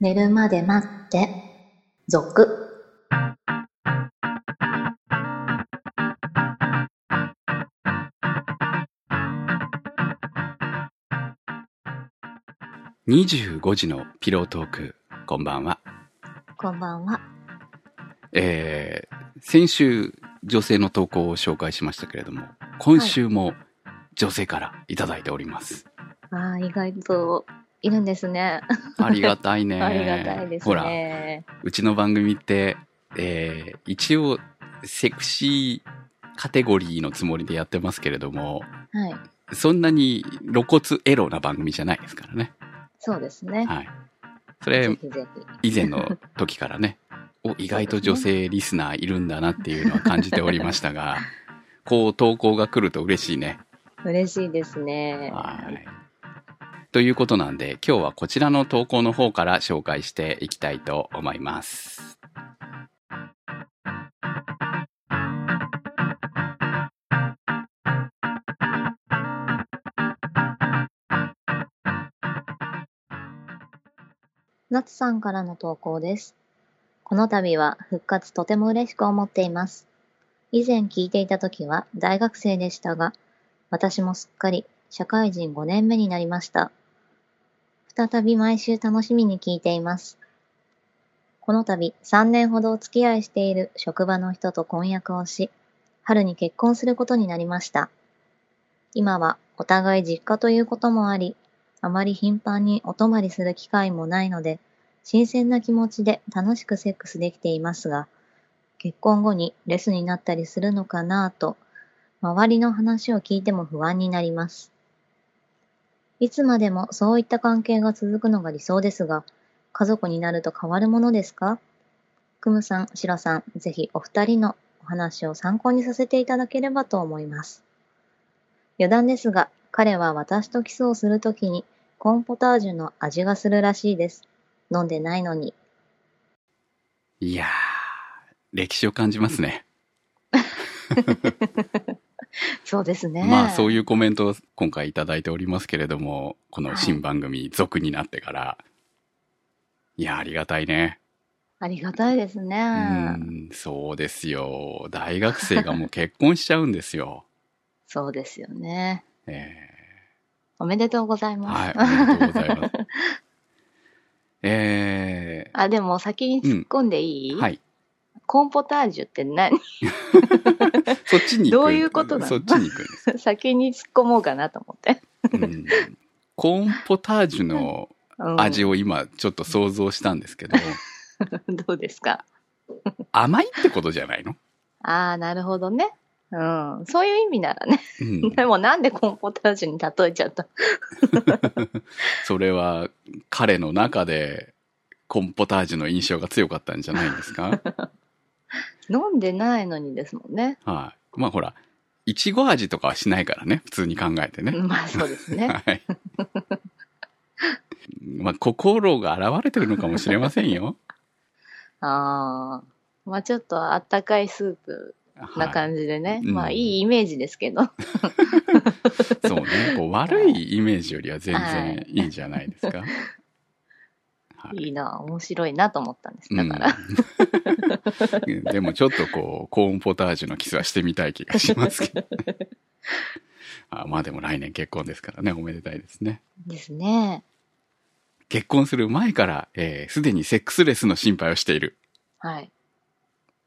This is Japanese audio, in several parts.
寝るまで待って、続。 25時のピロートーク、こんばんは。こんばんは。えー先週女性の投稿を紹介しましたけれども、今週も女性からいただいております。あー意外といるんですね。ありがたい ね。ありがたいですほら、ね。うちの番組って、えー一応セクシーカテゴリーのつもりでやってますけれども、はい、そんなに露骨エロな番組じゃないですからね。そうですね。はい。そぜれ、ひぜひ。以前の時からね、お、意外と女性リスナーいるんだなっていうのは感じておりました が、こう投稿が来ると嬉しいね。嬉しいですね。はい。ということなんで、今日はこちらの投稿の方から紹介していきたいと思います。夏さんからの投稿です。この度は復活とても嬉しく思っています。以前聞いていた時は大学生でしたが、私もすっかり社会人5年目になりました。再び毎週楽しみに聞いています。この度3年ほどお付き合いしている職場の人と婚約をし、春に結婚することになりました。今はお互い実家ということもあり、あまり頻繁にお泊まりする機会もないので、新鮮な気持ちで楽しくセックスできていますが、結婚後にレスになったりするのかなぁと、周りの話を聞いても不安になります。いつまでもそういった関係が続くのが理想ですが、家族になると変わるものですかクムさん、シロさん、ぜひお二人のお話を参考にさせていただければと思います。余談ですが、彼は私とキスをするときにコーンポタージュの味がするらしいです。飲んでないのに。いやー、歴史を感じますね。そうですねまあそういう。いうコメントを今回いただいておりますけれども、この新番組続になってから、いやー、ありがたいね。ありがたいですね。うん、そうですよ。大学生がもう結婚しちゃうんですよ。 そうですよね。えおめでとうございーます。はい、ありがとうございます。 え あ、でも先に突っ込んでいい、ー、はい。コーンポタージュって何 そっちに行く。どういうことなのそっちに行くん です。先に突っ込もうかなと思って。うん、コーンポタージュのうん味を今ちょっと想像したんですけど、 どうですか甘いってことじゃないの、ああ、なるほどね。うん、そういう意味ならね。うん、でもなんでコーンポタージュに例えちゃったそれは彼の中でコーンポタージュの印象が強かったんじゃないんですか飲んでないのにですもん ね。はい。まあほら、いちご味とかはしないからね、普通に考えてね。まあそうです ね。はい。まあ、心が現れてるのかもしれませんよ。ああ、まあちょっとあったかいスープ なはい、感じでね、いうんまあいいイメージですけど、そうね。 こう悪いイメージよりは全は然いいんじゃないですか。 はいいな、面白いなと思ったんです。うだんから、 でもちょっとこう、コーンポタージュのキスはしてみたい気がしますけど、ね、あまあでも来年結婚ですからね、おめでたいですね。ですね。結婚する前から、えーすでにセックスレスの心配をしている。はい。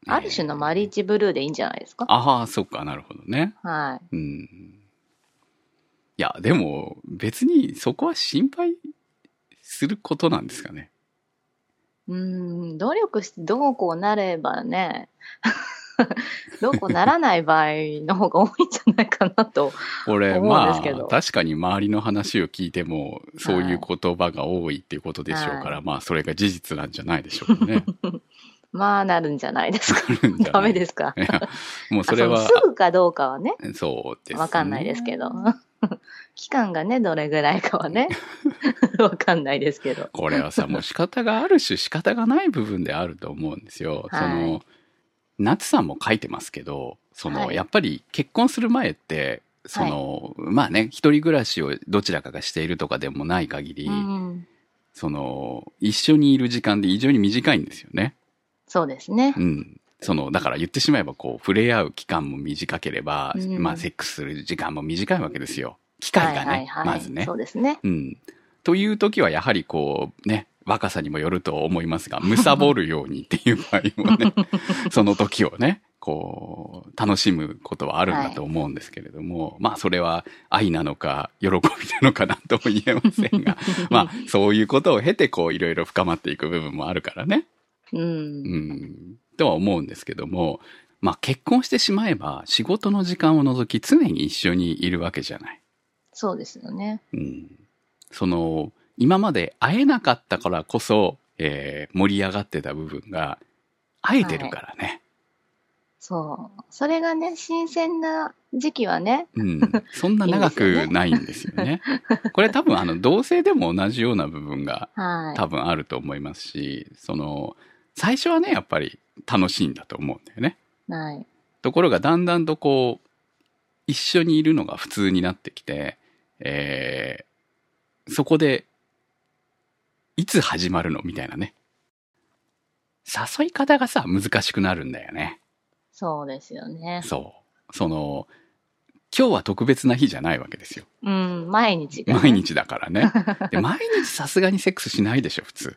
ある種のマリーチブルーでいいんじゃないですか。ああ、そっか、なるほどね。はい。うん。いや、でも、別にそこは心配することなんですかね。うーん、努力してどうこうなればね、 どうこうならない場合の方が多いんじゃないかなと。これ、思うんでますけどあ、確かに周りの話を聞いても、そういう言葉が多いっていうことでしょうから、まあ、それが事実なんじゃないでしょう かね。まあなるんじゃないですか。ダメですか。いや、もうそれあはの、すぐかどうかはね、そうです、ね。わかんないですけど。 期間がね、どれぐらいかは ね、わかんないですけど。これはさ、もう仕方がある種仕方がない部分であると思うんですよ。はいその、夏さんも書いてますけど、その、はいやっぱり結婚する前って、その、まあね、一人暮らしをどちらかがしているとかでもない限り、うんその、一緒にいる時間で異常に短いんですよね。そうですねう。ん。その、だから言ってしまえば、こう、触れ合う期間も短ければ、うんまあ、セックスする時間も短いわけですよ。機会がね、まずねそ。うですね。うん。という時は、やはりこう、ね、若さにもよると思いますが、むさぼるようにっていう場合もね、その時をね、こう、楽しむことはあるんだと思うんですけれども、まあ、それは愛なのか、喜びなのかなんとも言えませんが、まあ、そういうことを経て、こう、いろいろ深まっていく部分もあるからね。う。うんん、とは思うんですけども、まあ結婚してしまえば仕事の時間を除き常に一緒にいるわけじゃない。そうですよね。うん、その、今まで会えなかったからこそ、えー盛り上がってた部分が会えてるからね。そう。それがね、新鮮な時期はね、うん、そんな長いいですよくねないんですよね。これ多分あの同性でも同じような部分がはい。多分あると思いますし、その、最初はね、やっぱり楽しいんだと思うんだよね。はい。ところがだんだんとこう、一緒にいるのが普通になってきて、えーそこで、いつ始まるのみたいなね。誘い方がさ、難しくなるんだよね。そうですよね。そう。その、今日は特別な日じゃないわけですよ。うん。毎日がね、毎日だからね。で毎日さすがにセックスしないでしょ、普通。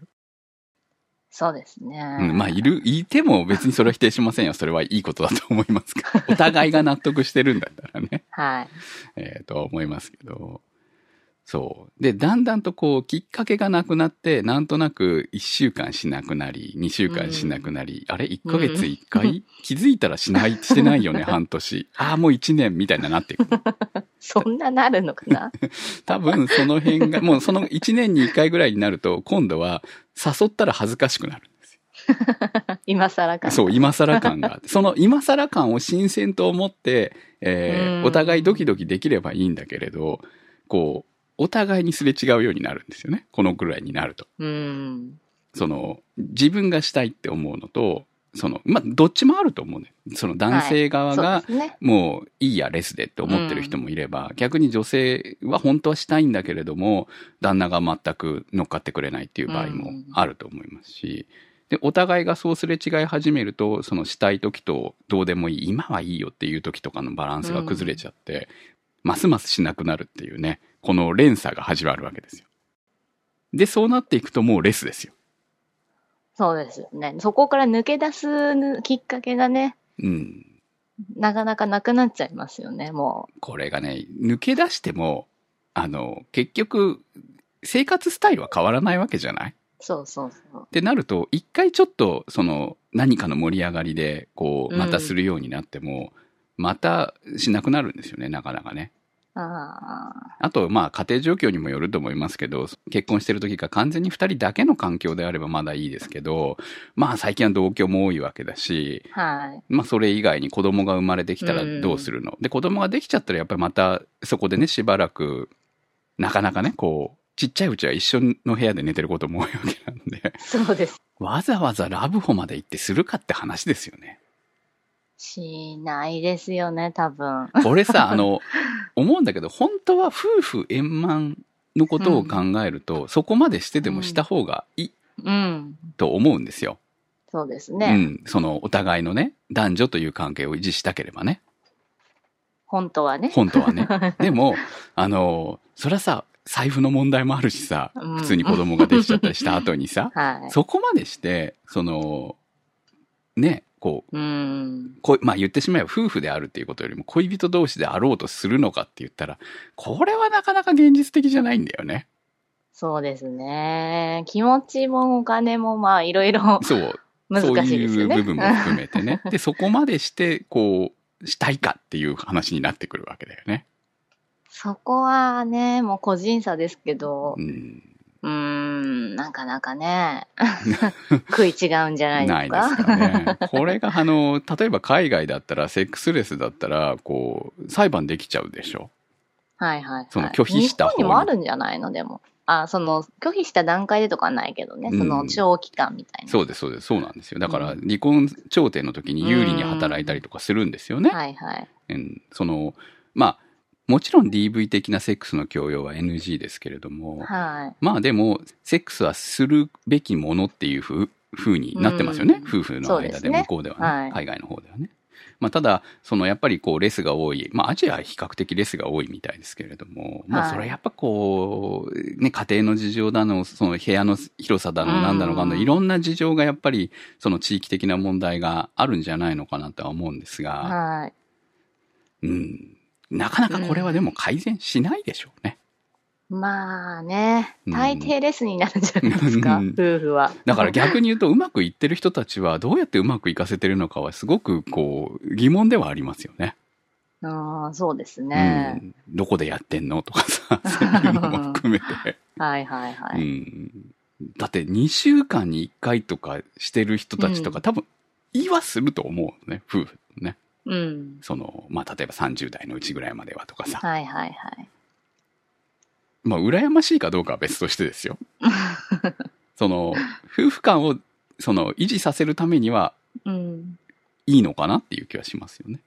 そうですね。うん、まあ、いる、いても別にそれは否定しませんよ。それはいいことだと思いますから。お互いが納得してるんだったらね。はい。えーとは思いますけど。そう。で、だんだんとこう、きっかけがなくなって、なんとなく1週間しなくなり、2週間しなくなり、あれ ?1 ヶ月1回、気づいたらしない、してないよね、半年。ああ、もう1年みたいななっていく。そんななるのか な多分その辺が、もうその1年に1回ぐらいになると、今度は誘ったら恥ずかしくなる。今更か。 そう、今更感があ って。その今更感を新鮮と思って、えーうんお互いドキドキできればいいんだけれど、こう、お互いにすれ違うようになるんですよね。このぐらいになると。うん。その、自分がしたいって思うのと、その、まあ、どっちもあると思うね。その男性側が、そうですね。もういいや、レスでって思ってる人もいれば、逆に女性は本当はしたいんだけれども、旦那が全く乗っかってくれないっていう場合もあると思いますし、で、お互いがそうすれ違い始めると、そのしたい時とどうでもいい、今はいいよっていう時とかのバランスが崩れちゃって、ますますしなくなるっていうね、この連鎖が始まるわけですよ。で、そうなっていくともうレスですよ。そうですよね。そこから抜け出すきっかけがね、うん。なかなかなくなっちゃいますよね、もこれがね、抜け出しても、あの、結局、生活スタイルは変わらないわけじゃないっう。そうそうそう。てなると、一回ちょっと、その、何かの盛り上がりで、こう、うんまたするようになっても、またしなくなるんですよね、なかなかね。ああ、あと、まあ、家庭状況にもよると思いますけど、結婚してる時が完全に二人だけの環境であればまだいいですけど、まあ、最近は同居も多いわけだし、はい。まあ、それ以外に子供が生まれてきたらどうするの、で子供ができちゃったらやっぱりまたそこでねしばらくなかなかねこうちっちゃいうちは一緒の部屋で寝てることも多いわけなんでそうです。わざわざラブホまで行ってするかって話ですよね。しないですよね、多分。これさあの思うんだけど本当は夫婦円満のことを考えると、そこまでしてでもした方がいいうん。と思うんですよ。そうですうね。ん、そのお互いのね男女という関係を維持したければね。本当はね。本当はね。 でも、あの、そりゃさ、財布の問題もあるしさ、うん、普通に子供ができちゃったりした後にさ はい。そこまでして、その、ね、こうん。う、こまあ言ってしまえば夫婦であるっていうことよりも恋人同士であろうとするのかって言ったら、これはなかなか現実的じゃないんだよね。そうですね。気持ちもお金も、まあ、いろいろ そう、難そうしいですいようね。部分も含めてね。で、そこまでして、こう、したいかっていう話になってくるわけだよね。 そこはね、もう個人差ですけどう、ん。うーん、なかなか ね、食い違うんじゃないですか。ですかね。 これが、あの、例えば海外だったら、セックスレスだったら、こう、裁判できちゃうでしょ。はいはい、はい。その拒否した日本に方にもあるんじゃないのでも。あ、その、拒否した段階でとかはないけどね、うんその、長期間みたいな。そうです、そうです、そうなんですよ。だからう、離婚調停の時に有利に働いたりとかするんですよね。はいはい。うん、その、まあ、もちろん DV 的なセックスの強要は NG ですけれども、はい。まあでも、セックスはするべきものっていうふう風になってますよね。うん夫婦のそうで間すで、ね向こうではね。はい海外の方ではね。まあただ、そのやっぱりこう、レスが多い。まあアジアは比較的レスが多いみたいですけれども、まはあいそれはやっぱこう、ね、家庭の事情だの、その部屋の広さだうの、んなんだのかんだの、いろんな事情がやっぱり、その地域的な問題があるんじゃないのかなとは思うんですが、はい。うん。なかなかこれはでも改善しないでしょうね。まあねう、ん大抵レスになるんじゃないですか、うん夫婦は。だから逆に言うと、うまくいってる人たちは、どうやってうまくいかせてるのかは、すごく、こう、疑問ではありますよね。ああ、そうですうね。ん。どこでやってんのとか さ、そういうのも含めて。はいはいはうい。ん。だって、2週間に1回とかしてる人たちとか、多分、言いはすると思うのね、夫婦ね。うん。その、まあ、例えば30代のうちぐらいまではとかさ。はいはいはい。まあ、羨ましいかどうかは別としてで すよ。その、夫婦間を、その、維持させるためには、うん。いいのかなっていう気はしますよね。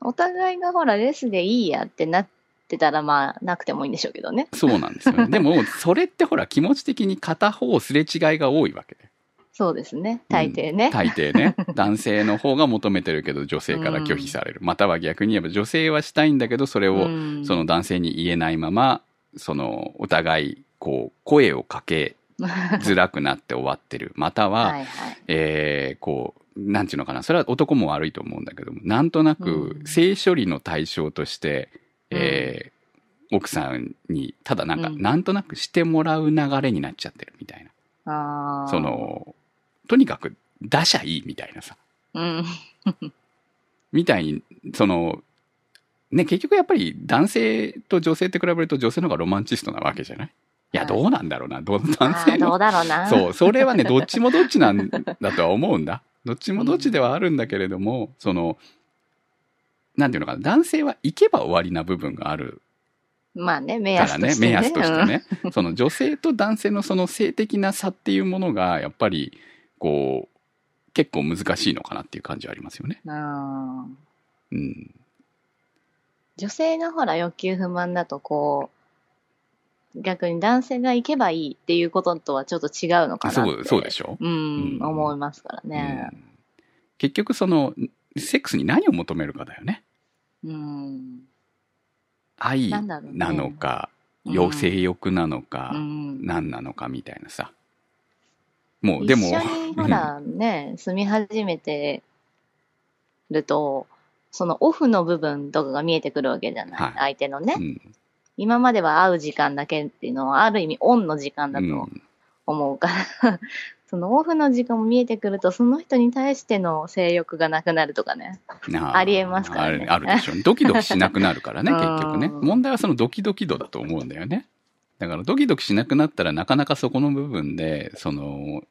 お互いがほら、レスでいいやってなってたら、まあ、なくてもいいんでしょうけどね。そうなんですよね。 でも、それってほら、気持ち的に片方すれ違いが多いわけで。そうですね。大抵ね。大抵ね。男性の方が求めてるけど、女性から拒否される。または逆に言えば、女性はしたいんだけど、それを、うんその男性に言えないまま、その、お互い、こう、声をかけづらくなって終わってる。またはは、いはい。えーこう、なんていうのかな。それは男も悪いと思うんだけども、なんとなくう、ん性処理の対象として、うんえー奥さんに、ただなんか、うんなんとなくしてもらう流れになっちゃってるみたいな。ああ。そ、の、とにかく出しゃいいみたいなさ。うん。みたいに、その、ね、結局やっぱり男性と女性って比べると女性の方がロマンチストなわけじゃないいや、はいどうなんだろうな。どう男あ性ーのどうだろうな。そう、それはね、どっちもどっちなんだとは思うんだ。どっちもどっちではあるんだけれども、その、なんていうのかな、男性は行けば終わりな部分があるまあね、目か安らとね、してね。目安としてね、その女性と男性のその性的な差っていうものが、やっぱり、こう、結構難しいのかなっていう感じはありますよね。うん。あーうん。女性のほら欲求不満だとこう逆に男性が行けばいいっていうこととはちょっと違うのかなってそう、そうでしょううんん思いますからうねん結局その、セックスに何を求めるかだよね。うん愛なんだろうねなのか、うんよ性欲なのか、うん何なのかみたいなさ。もう、一でも、緒にほ らね住み始めてるとそのオフの部分とかが見えてくるわけじゃない、はい相手のね、うん今までは会う時間だけっていうのはある意味オンの時間だうとん思うから、 そのオフの時間も見えてくるとその人に対しての性欲がなくなるとかねなありえますからねあるあるでしょ。ドキドキしなくなるからね、 うん結局ね。問題はそのドキドキ度だと思うんだよね。だからドキドキしなくなったらなかなかそこの部分で、その、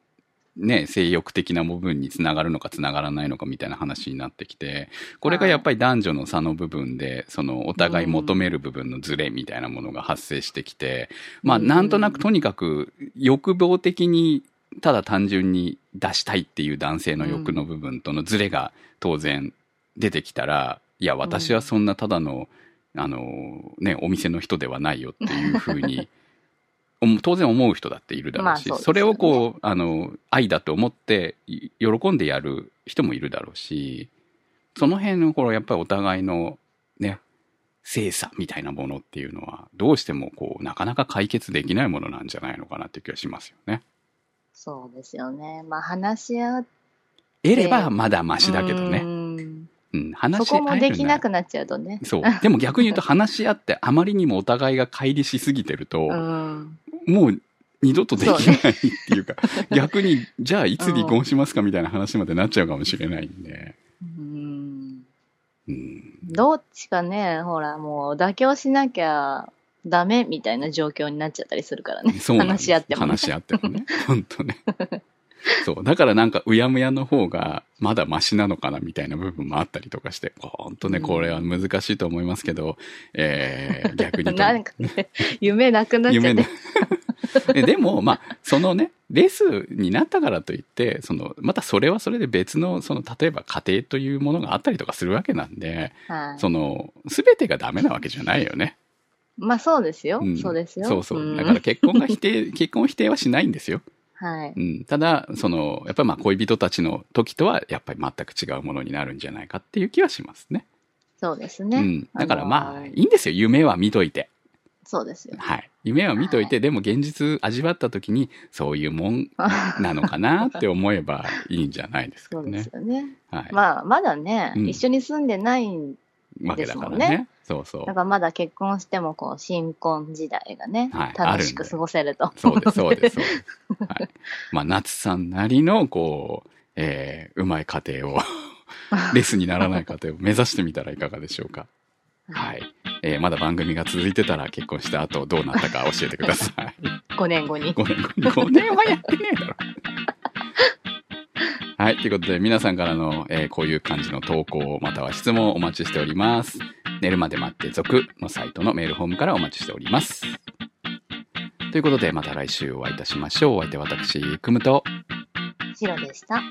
ね、性欲的な部分につながるのかつながらないのかみたいな話になってきて、これがやっぱり男女の差の部分で、そのお互い求める部分のズレみたいなものが発生してきて、まあうんなんとなくとにかく欲望的にただ単純に出したいっていう男性の欲の部分とのズレが当然出てきたら、いや、私はそんなただの、あの、ね、お店の人ではないよっていうふうに、 おも当然思う人だっているだろうし、まあそうですよねそれをこう、あの、愛だと思って、い喜んでやる人もいるだろうし、その辺の、このやっぱりお互いの、ね、精査みたいなものっていうのは、どうしてもこう、なかなか解決できないものなんじゃないのかなっていう気がしますよね。そうですよね。まあ話し合っ得ればまだマてシだけどね。ね。うん、話そし合えこるもできならなくなっちゃうとね。そう。でも逆に言うと話し合ってあまりにもお互いが乖離しすぎてると、うん。もう二度とできないそうねっていうか、逆に、じゃあいつ離婚しますかみたいな話までなっちゃうかもしれないんで。うんうん。どっちかね、ほらもう妥協しなきゃダメみたいな状況になっちゃったりするからね。そうなんです話し合ってもね話し合ってもね。本当ね。そう。だからなんか、うやむやの方が、まだマシなのかなみたいな部分もあったりとかして、本当ね、これは難しいと思いますけど、えー、逆にと。なんかね、夢なくなっちゃ 夢っねて。。ででも、まあ、そのね、レスになったからといって、その、またそれはそれで別の、その、例えば家庭というものがあったりとかするわけなんで、はい。その、すべてがダメなわけじゃないよね。まあそうですよ。んそうですよ。そうそうう。んだから結婚が否定、 結婚を否定はしないんですよ。はい。うん、ただ、その、やっぱりまあ恋人たちの時とは、やっぱり全く違うものになるんじゃないかっていう気はしますね。そうですうね。ん。だからまああ、のーいいんですよ。夢は見といて。そうですよ。はい。夢は見といて、でも現実味わった時に、そういう もんなのかなって思えばいいんじゃないですかそうでねす。よね。はい。まあまだね、うん一緒に住んでないんわけだからですもんね。そうそ うだ。からまだ結婚してもこう新婚時代がね、はい楽しく過ごせると。そうです、そうです、そうです。はい。まあ、夏さんなりの、こう、えー、うまい家 庭を、レスにならない家庭を目指してみたらいかがでしょうか。 はい。えー、まだ番組が続いてたら結婚した後どうなったか教えてください。 5年後に。 5年後に、5年 はやってねえだろ。 はい。ということで、皆さんからの、えーこういう感じの投稿、または質問をお待ちしております。寝るまで待って続のサイトのメールフォームからお待ちしております。ということで、また来週お会いいたしましょう。お相手は私、くむと。白でした。